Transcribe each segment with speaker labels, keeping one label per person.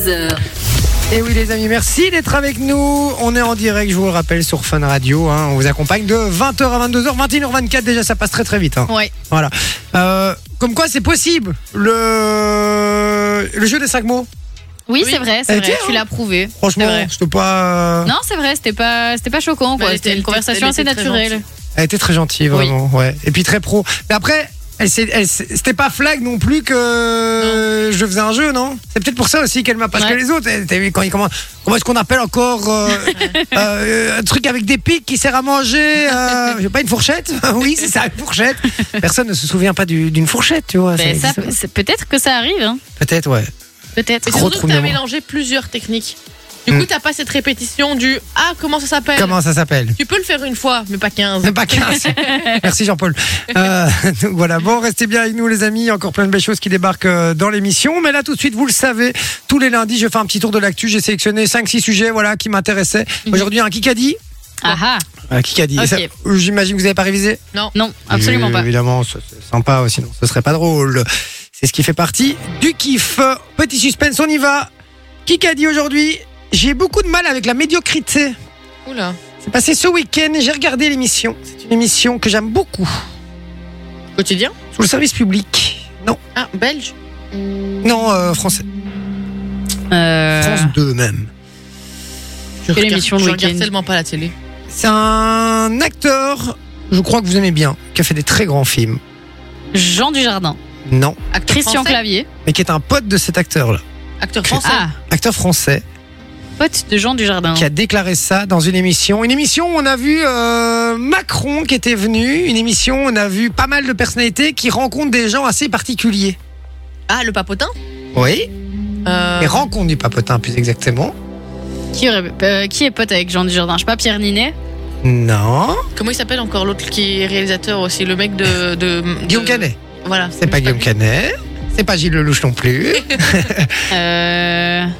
Speaker 1: 22h.
Speaker 2: Et oui les amis, merci d'être avec nous. On est en direct, je vous le rappelle, sur Fun Radio. hein. On vous accompagne de 20h à 22h, 21h24 déjà, ça passe très très vite. hein.
Speaker 3: Ouais.
Speaker 2: Voilà. Euh, comme quoi c'est possible. Le... le jeu des 5 mots,
Speaker 3: Oui, c'est vrai,
Speaker 2: Elle
Speaker 3: c'est
Speaker 2: était,
Speaker 3: vrai.
Speaker 2: hein.
Speaker 3: Tu l'as prouvé.
Speaker 2: franchement,
Speaker 3: C'est vrai.
Speaker 2: je peux pas... euh,
Speaker 3: Non, c'est vrai, c'était pas, c'était pas
Speaker 1: Mais
Speaker 3: choquant,
Speaker 1: Bah,
Speaker 3: quoi.
Speaker 1: elle était-
Speaker 3: C'était
Speaker 1: elle
Speaker 3: une
Speaker 1: était-
Speaker 3: conversation
Speaker 1: elle
Speaker 3: assez
Speaker 1: était très
Speaker 3: naturelle.
Speaker 1: gentille.
Speaker 2: Elle était très gentille,
Speaker 3: Oui.
Speaker 2: vraiment. Ouais. Et puis très pro. Mais après, elle s'est- elle s'est- c'était pas flag non plus que je faisais un jeu, non C'est peut-être pour ça aussi qu'elle m'a. Parce
Speaker 3: Ouais.
Speaker 2: que les autres, elle- t'as vu, quand ils commencent. Comment est-ce qu'on appelle encore euh, euh, un truc avec des pics qui sert à manger euh, je sais pas une fourchette Oui, c'est ça, une fourchette. Personne ne se souvient pas du- d'une fourchette, tu vois.
Speaker 3: Ben,
Speaker 2: ça
Speaker 3: ça,
Speaker 2: existe.
Speaker 3: c'est- peut-être que ça arrive, hein.
Speaker 2: Peut-être, ouais.
Speaker 3: Peut-être.
Speaker 1: Et
Speaker 2: Trop,
Speaker 1: surtout
Speaker 2: trop
Speaker 1: que t'as
Speaker 2: mignon.
Speaker 1: mélangé plusieurs techniques. Du coup,
Speaker 2: Mm.
Speaker 1: t'as pas cette répétition du Ah, comment ça s'appelle
Speaker 2: Comment ça s'appelle
Speaker 1: Tu peux le faire une fois, mais pas 15.
Speaker 2: Même pas 15. Merci Jean-Paul. Euh, donc voilà, bon, restez bien avec nous les amis, encore plein de belles choses qui débarquent euh, dans l'émission. Mais là tout de suite, vous le savez, tous les lundis, je fais un petit tour de l'actu, j'ai sélectionné 5-6 sujets voilà, qui m'intéressaient.
Speaker 3: Mhm.
Speaker 2: Aujourd'hui, un Kikadi.
Speaker 3: Ah ah.
Speaker 2: Un Kikadi.
Speaker 1: Ok.
Speaker 2: Ça, J'imagine que vous n'avez pas révisé
Speaker 3: Non, absolument
Speaker 2: Euh,
Speaker 3: pas.
Speaker 2: Évidemment, ça, c'est sympa, euh, sinon ce serait pas drôle. C'est ce qui fait partie du kiff. Petit suspense, on y va. Kikadi aujourd'hui, j'ai beaucoup de mal avec la médiocrité.
Speaker 1: Oula.
Speaker 2: C'est passé ce week-end et j'ai regardé l'émission. C'est une émission que j'aime beaucoup.
Speaker 1: Quotidien
Speaker 2: Sur le service public Non.
Speaker 1: Ah, belge
Speaker 2: Non, euh, français.
Speaker 3: Euh,
Speaker 2: France 2 même.
Speaker 1: Je
Speaker 3: Quelle
Speaker 1: regarde-
Speaker 3: émission le
Speaker 1: Je regarde
Speaker 3: week-end
Speaker 1: tellement pas la télé.
Speaker 2: C'est un acteur, je crois que vous aimez bien, qui a fait des très grands films.
Speaker 3: Jean Dujardin.
Speaker 2: Non.
Speaker 1: Acteur
Speaker 3: Christian
Speaker 1: français
Speaker 3: Clavier.
Speaker 2: Mais qui est un pote de cet acteur-là.
Speaker 1: Acteur français.
Speaker 3: Ah,
Speaker 2: Acteur français
Speaker 3: pote de Jean Dujardin.
Speaker 2: qui a déclaré ça dans une émission. Une émission où on a vu euh, Macron qui était venu. Une émission où on a vu pas mal de personnalités qui rencontrent des gens assez particuliers.
Speaker 1: Ah, le papotin
Speaker 2: Oui.
Speaker 1: Euh,
Speaker 2: Et rencontrent du papotin plus exactement.
Speaker 3: Qui, aurait- euh, qui est pote avec Jean Dujardin Je sais pas, Pierre Ninet.
Speaker 2: Non.
Speaker 1: Comment il s'appelle encore l'autre qui est réalisateur aussi Le mec de. de, de-
Speaker 2: Guillaume Canet.
Speaker 1: Voilà.
Speaker 2: C'est pas Guillaume Canet. C'est pas Gilles Lelouch non plus.
Speaker 3: Euh,
Speaker 1: Ah,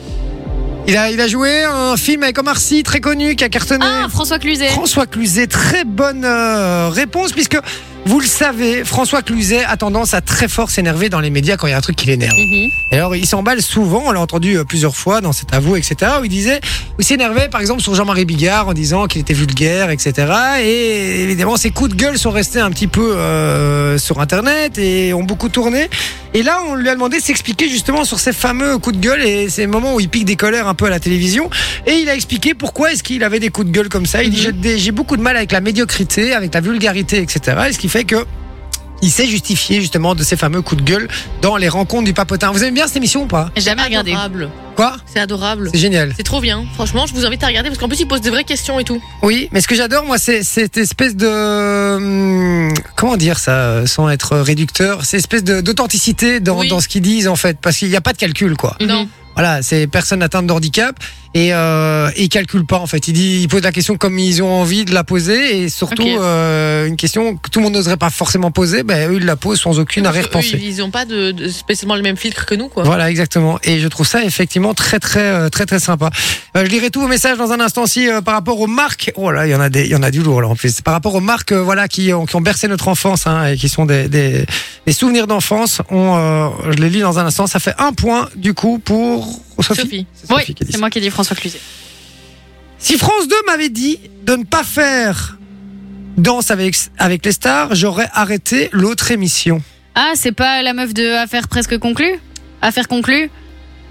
Speaker 2: Il a, il a joué un film avec Omar Sy, très connu, qui a cartonné.
Speaker 3: Ah, François Cluzet.
Speaker 2: François Cluzet, très bonne euh, réponse, puisque vous le savez, François Cluzet a tendance à très fort s'énerver dans les médias quand il y a un truc qui l'énerve.
Speaker 3: Mhm.
Speaker 2: Et alors, il s'emballe souvent, on l'a entendu euh, plusieurs fois dans cet avou, etc., où il disait, où il s'énervait par exemple sur Jean-Marie Bigard en disant qu'il était vulgaire, etc. Et évidemment, ses coups de gueule sont restés un petit peu euh, sur Internet et ont beaucoup tourné. Et là, on lui a demandé de s'expliquer justement sur ces fameux coups de gueule et ces moments où il pique des colères un peu à la télévision. Et il a expliqué pourquoi est-ce qu'il avait des coups de gueule comme ça. Il dit,
Speaker 1: Mhm.
Speaker 2: j'ai des- j'ai beaucoup de mal avec la médiocrité, avec la vulgarité, etc. Et ce qui fait que... Il s'est justifié justement de ces fameux coups de gueule dans les rencontres du papotin. Vous aimez bien cette émission ou pas
Speaker 3: J'ai Jamais regardé.
Speaker 1: Adorable.
Speaker 2: Quoi
Speaker 1: C'est adorable.
Speaker 2: C'est génial.
Speaker 1: C'est trop bien. Franchement, je vous invite à regarder parce qu'en plus, il pose des vraies questions et tout.
Speaker 2: Oui, mais ce que j'adore, moi, c'est cette espèce de. hum, Comment dire ça, euh, sans être réducteur C'est espèce de- d'authenticité dans,
Speaker 1: Oui.
Speaker 2: dans ce qu'ils disent, en fait. Parce qu'il n'y a pas de calcul, quoi.
Speaker 3: Mhm.
Speaker 1: Non.
Speaker 2: Voilà, c'est personne atteinte de handicap. Et euh, ils calculent pas, en fait. Ils, dit, ils posent la question comme ils ont envie de la poser. Et surtout,
Speaker 3: Ok.
Speaker 2: euh, une question que tout le monde n'oserait pas forcément poser, ben, eux, ils la posent sans aucune
Speaker 1: Parce que
Speaker 2: arrière-pensée.
Speaker 1: eux, Ils n'ont pas de, de- spécialement le même filtre que nous, quoi.
Speaker 2: Voilà, exactement. Et je trouve ça effectivement très, très, euh, très, très sympa. Euh, je lirai tous vos messages dans un instant si euh, par rapport aux marques. Oh là, il y en a des, il y en a du lourd là en plus. Par rapport aux marques, euh, voilà, qui ont, qui ont bercé notre enfance hein, et qui sont des, des, des souvenirs d'enfance. On, euh, je les lis dans un instant. Ça fait un point du coup pour Sophie.
Speaker 1: Sophie.
Speaker 2: C'est Sophie
Speaker 3: Oui,
Speaker 2: qui a dit
Speaker 3: c'est
Speaker 2: ça.
Speaker 3: moi qui ai dit François Cluzet.
Speaker 2: Si France 2 m'avait dit de ne pas faire Danse avec avec les stars, j'aurais arrêté l'autre émission.
Speaker 3: Ah, c'est pas la meuf de Affaire presque conclue Affaire conclue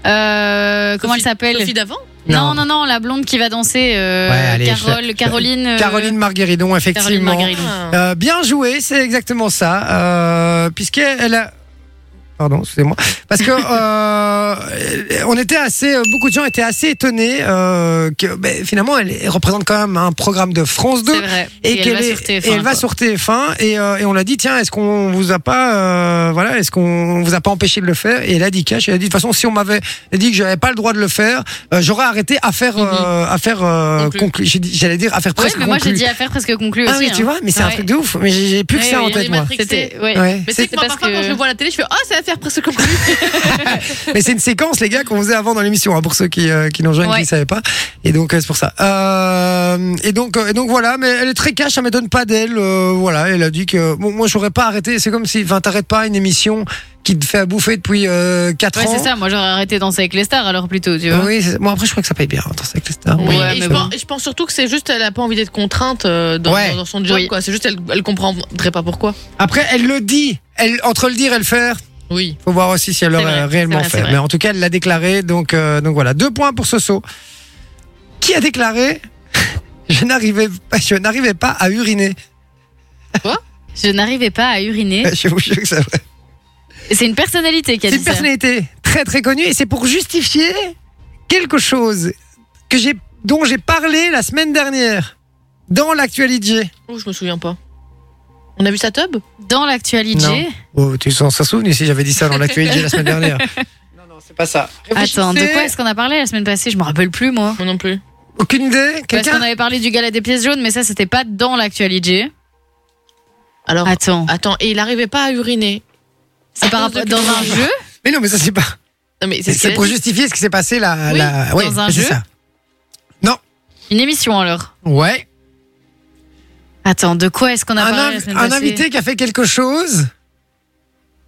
Speaker 3: Euh, Comment elle s'appelle
Speaker 1: Sophie d'avant
Speaker 3: Non, non, non, la blonde qui va danser. euh,
Speaker 2: Ouais, allez,
Speaker 3: Carole,
Speaker 2: je-
Speaker 3: Caroline. euh,
Speaker 2: Caroline Margueridon,
Speaker 3: Caroline
Speaker 2: effectivement.
Speaker 3: Margueridon.
Speaker 1: Ah.
Speaker 2: Euh, bien joué, c'est exactement ça. Euh, Puisqu'elle a. Pardon, excusez-moi. Parce que euh, on était assez, beaucoup de gens étaient assez étonnés euh, que ben, finalement elle elle représente quand même un programme de France 2
Speaker 3: C'est vrai. Et, elle
Speaker 2: qu'elle
Speaker 3: va
Speaker 2: est-
Speaker 3: sur TF1.
Speaker 2: et elle va
Speaker 3: quoi.
Speaker 2: sur TF1 et, euh, et on l'a dit tiens est-ce qu'on vous a pas euh, voilà est-ce qu'on vous a pas empêché de le faire et elle a dit cash elle a dit de toute façon si on m'avait dit que j'avais pas le droit de le faire euh, j'aurais arrêté à faire euh, à faire euh,
Speaker 1: Conclu.
Speaker 2: conclu- j'ai dit- j'allais dire à faire
Speaker 3: Mhm. Ouais,
Speaker 2: presque
Speaker 3: mais moi j'ai
Speaker 2: conclu.
Speaker 3: dit Affaire presque conclue
Speaker 2: ah
Speaker 3: aussi.
Speaker 2: oui tu
Speaker 3: hein.
Speaker 2: vois mais c'est un
Speaker 3: Ouais.
Speaker 2: truc de ouf mais j'ai j'ai plus que
Speaker 3: Ouais,
Speaker 2: ça
Speaker 3: oui,
Speaker 2: en
Speaker 3: on
Speaker 2: tête
Speaker 1: est
Speaker 2: moi
Speaker 1: matrixé.
Speaker 3: C'était. Ouais.
Speaker 2: Ouais.
Speaker 1: Mais
Speaker 3: C'est
Speaker 1: c'est que moi,
Speaker 3: parce
Speaker 1: parfois,
Speaker 3: que-
Speaker 1: quand je le vois à la télé, je fais Ah, c'est à faire presque comme lui.
Speaker 2: Mais c'est une séquence, les gars, qu'on faisait avant dans l'émission, hein, pour ceux qui, euh, qui nous rejoignent, qui
Speaker 3: Ouais.
Speaker 2: ne savaient pas. Et donc, euh, c'est pour ça. Euh, et, donc, euh, et donc, voilà, mais elle est très cash, ça m'étonne pas d'elle. euh, voilà, elle a dit que, bon, moi, j'aurais pas arrêté. C'est comme si, enfin, t'arrêtes pas une émission qui te fait à bouffer depuis 4
Speaker 3: Ouais,
Speaker 2: ans.
Speaker 3: c'est ça. Moi, j'aurais arrêté de danser avec les stars alors plutôt, tu vois.
Speaker 2: Oui, c'est- bon après je crois que ça paye bien hein, danser avec les stars.
Speaker 1: Oui,
Speaker 3: Ouais,
Speaker 1: et
Speaker 3: mais
Speaker 1: je,
Speaker 3: bon.
Speaker 1: pense, et je pense surtout que c'est juste elle a pas envie d'être contrainte euh, dans,
Speaker 2: Ouais.
Speaker 1: dans- dans son job
Speaker 3: Oui.
Speaker 1: quoi. C'est juste elle, elle comprendrait pas pourquoi.
Speaker 2: Après elle le dit, elle entre le dire et le faire,
Speaker 1: Oui.
Speaker 2: faut voir aussi si elle
Speaker 1: C'est
Speaker 2: l'aurait
Speaker 1: vrai, c'est
Speaker 2: réellement
Speaker 1: vrai, c'est
Speaker 2: fait.
Speaker 1: vrai.
Speaker 2: Mais en tout cas elle l'a déclaré donc euh, donc voilà deux points pour Soso. Qui a déclaré je n'arrivais pas je n'arrivais pas à uriner.
Speaker 3: Je n'arrivais pas à uriner.
Speaker 2: Je vous jure que c'est vrai.
Speaker 3: C'est une personnalité qui a
Speaker 2: C'est
Speaker 3: dit
Speaker 2: une
Speaker 3: ça.
Speaker 2: personnalité très très connue et c'est pour justifier quelque chose que j'ai dont j'ai parlé la semaine dernière dans l'actualité.
Speaker 1: Oh, je me souviens pas. On a vu sa tub
Speaker 3: Dans l'actualité.
Speaker 2: Non. Oh, tu s'en s'en souviens si j'avais dit ça dans l'actualité la semaine dernière. Non, non, c'est pas ça.
Speaker 3: Attends, de
Speaker 2: Réfléchissez.
Speaker 3: quoi est-ce qu'on a parlé la semaine passée Je me rappelle plus moi.
Speaker 1: Moi non plus.
Speaker 2: Aucune idée
Speaker 3: Parce
Speaker 2: Quelqu'un
Speaker 3: qu'on avait parlé du gala des pièces jaunes, mais ça c'était pas dans l'actualité.
Speaker 1: Alors
Speaker 3: Attends,
Speaker 1: attends, et il arrivait pas à uriner.
Speaker 3: c'est
Speaker 2: Ah,
Speaker 3: par
Speaker 1: cause
Speaker 3: rapport
Speaker 1: de-
Speaker 3: dans un jeu
Speaker 2: Mais non, mais ça, c'est pas.
Speaker 1: Non mais ce
Speaker 2: C'est
Speaker 1: qu'elle
Speaker 2: pour
Speaker 1: a dit.
Speaker 2: justifier ce qui s'est passé là.
Speaker 3: Oui,
Speaker 2: là-
Speaker 3: dans un
Speaker 2: c'est
Speaker 3: jeu.
Speaker 2: ça.
Speaker 3: Une émission alors.
Speaker 2: Ouais.
Speaker 3: Attends, de quoi est-ce qu'on a
Speaker 2: Un,
Speaker 3: parlé
Speaker 2: inv-
Speaker 3: la semaine
Speaker 2: un
Speaker 3: passée
Speaker 2: invité qui a fait quelque chose.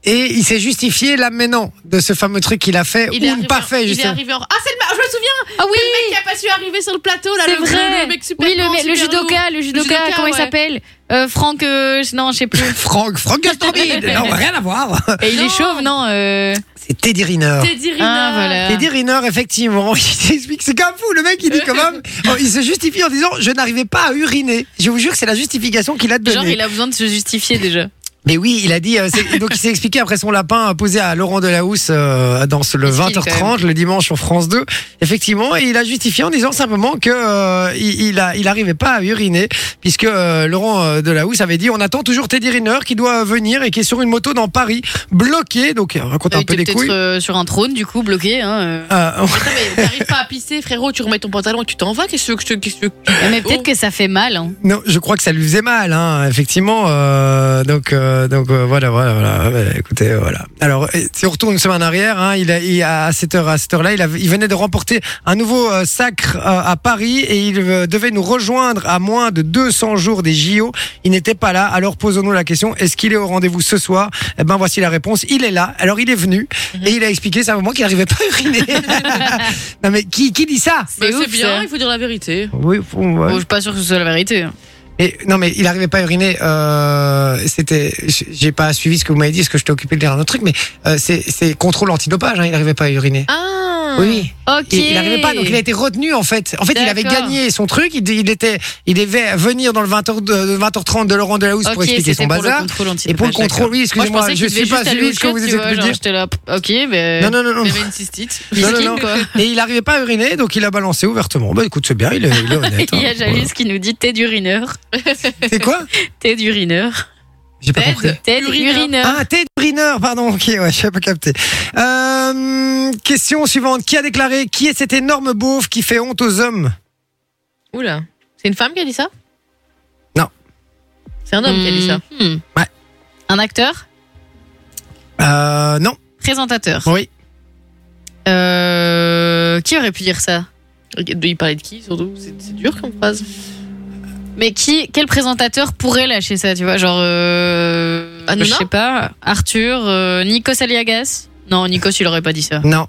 Speaker 2: Et il s'est justifié là maintenant de ce fameux truc qu'il a fait
Speaker 1: Il est
Speaker 2: ou
Speaker 1: arrivé
Speaker 2: pas
Speaker 1: en-
Speaker 2: fait
Speaker 1: il est
Speaker 2: justement.
Speaker 1: arrivé en- Ah c'est le ma- je me souviens,
Speaker 3: Ah oui,
Speaker 1: le mec qui a pas su arriver sur le plateau là,
Speaker 3: c'est
Speaker 1: le
Speaker 3: vrai.
Speaker 1: le mec super
Speaker 3: oui, le,
Speaker 1: grand,
Speaker 3: mec- le
Speaker 1: super lourd.
Speaker 3: judoka, le judoka,
Speaker 1: judoka,
Speaker 3: comment il
Speaker 1: ouais.
Speaker 3: s'appelle Euh, Franck, euh, je- non, je sais plus.
Speaker 2: Franck, Franck Gastambide. non, rien à voir.
Speaker 3: Et il
Speaker 1: Non.
Speaker 3: est chauve, non euh,
Speaker 2: C'est Teddy Riner.
Speaker 1: Teddy Riner.
Speaker 3: Ah voilà.
Speaker 2: Teddy Riner, effectivement, il explique, c'est comme fou, le mec il dit quand même, oh, il se justifie en disant je n'arrivais pas à uriner. Je vous jure que c'est la justification qu'il a donnée.
Speaker 3: Genre, il a besoin de se justifier déjà.
Speaker 2: Mais oui, il a dit. euh, c'est- donc il s'est expliqué après son lapin euh, posé à Laurent Delahousse euh, dans ce- le
Speaker 3: Est-ce qu'il,
Speaker 2: 20h30 le dimanche sur France 2. Effectivement, et il a justifié en disant simplement que euh, il, il a, il arrivait pas à uriner puisque euh, Laurent euh, Delahousse avait dit on attend toujours Teddy Riner qui doit euh, venir et qui est sur une moto dans Paris bloqué. Donc euh, raconte
Speaker 3: Il
Speaker 2: un peu
Speaker 3: était
Speaker 2: les couilles.
Speaker 3: peut-être euh, sur un trône, du coup, bloqué. Hein, euh.
Speaker 2: Euh,
Speaker 1: Attends, mais t'arrives pas à pisser, frérot, tu remets ton pantalon, tu t'en vas, qu'est-ce que je te. qu'est-ce que-
Speaker 3: Mais peut-être que ça fait mal. hein.
Speaker 2: Non, je crois que ça lui faisait mal, hein, effectivement. euh, donc, euh, donc euh, voilà, voilà, voilà. ouais, écoutez, euh, voilà. Alors, et si on retourne une semaine arrière, hein, il, a, il a- à cette heure, à cette heure-là, il, avait- il venait de remporter un nouveau euh, sacre euh, à Paris et il euh, devait nous rejoindre à moins de 200 jours des JO. Il n'était pas là. Alors, posons-nous la question est-ce qu'il est au rendez-vous ce soir Eh ben, voici la réponse. Il est là. Alors, il est venu et il a expliqué simplement qu'il n'arrivait pas à uriner. non, mais qui, qui dit ça
Speaker 1: Bah,
Speaker 3: C'est ouf.
Speaker 1: C'est bien,
Speaker 3: ça.
Speaker 1: il faut dire la vérité.
Speaker 2: Oui, bon, ouais.
Speaker 3: Bon, je suis pas sûr que ce soit la vérité. hein.
Speaker 2: Et non, mais il arrivait pas à uriner. Euh, c'était, j- j'ai pas suivi ce que vous m'avez dit, parce que j'étais occupé de lire un autre truc, mais euh, c'est, c'est contrôle antidopage. Hein, il arrivait pas à uriner.
Speaker 1: Ah
Speaker 2: Oui, oui.
Speaker 3: Ok.
Speaker 2: Et il arrivait pas, donc il a été retenu en fait. En fait, il avait
Speaker 3: D'accord.
Speaker 2: gagné son truc. Il, il était, il devait venir dans le 20h, de- de 20h30 de Laurent Delahousse pour
Speaker 3: Ok,
Speaker 2: expliquer
Speaker 3: c'était
Speaker 2: son
Speaker 3: pour
Speaker 2: bazar.
Speaker 3: le contrôle antidopage,
Speaker 2: Et pour le contrôle,
Speaker 3: d'accord.
Speaker 2: oui,
Speaker 3: Moi,
Speaker 2: excusez-moi,
Speaker 3: pensais
Speaker 2: je
Speaker 3: qu'il
Speaker 2: suis
Speaker 3: devait
Speaker 2: pas
Speaker 3: juste
Speaker 2: suivi
Speaker 3: aller
Speaker 2: ce que
Speaker 3: au
Speaker 2: vous
Speaker 3: shot,
Speaker 2: êtes
Speaker 3: tu vois,
Speaker 2: de
Speaker 3: genre, euh,
Speaker 2: dire.
Speaker 3: j'étais là, ok, mais.
Speaker 2: Non, non, non, non.
Speaker 1: Il y avait une cystite.
Speaker 2: Non, non,
Speaker 3: Miskin,
Speaker 2: non.
Speaker 3: quoi.
Speaker 2: Et il arrivait pas à uriner, donc il a balancé ouvertement. Bah écoute, c'est bien, il est, il est honnête.
Speaker 3: Il y a
Speaker 2: hein.
Speaker 3: Jalice qui nous dit t'es d'urineur,
Speaker 2: Voilà. C'est quoi
Speaker 3: t'es d'urineur,
Speaker 2: J'ai pas
Speaker 1: Ted.
Speaker 2: compris.
Speaker 3: t'es
Speaker 1: Urineur.
Speaker 3: d'urineur.
Speaker 2: Ah, Ted Briner, pardon, ok, ouais, je pas capté. Euh, question suivante, qui a déclaré qui est cette énorme beauf qui fait honte aux hommes
Speaker 1: Oula. C'est une femme qui a dit ça
Speaker 2: Non.
Speaker 1: C'est un homme qui a dit ça.
Speaker 3: Hmm.
Speaker 2: Ouais.
Speaker 3: Un acteur,
Speaker 2: euh, Non,
Speaker 3: présentateur.
Speaker 2: oui.
Speaker 3: Euh, qui aurait pu dire ça
Speaker 1: Il parlait de qui surtout C'est c'est dur comme phrase.
Speaker 3: Mais qui, quel présentateur pourrait lâcher ça, tu vois Genre, euh,
Speaker 1: Hanouna
Speaker 3: je sais pas, Arthur, euh, Nikos Aliagas Non, Nikos, il aurait pas dit ça.
Speaker 2: Non.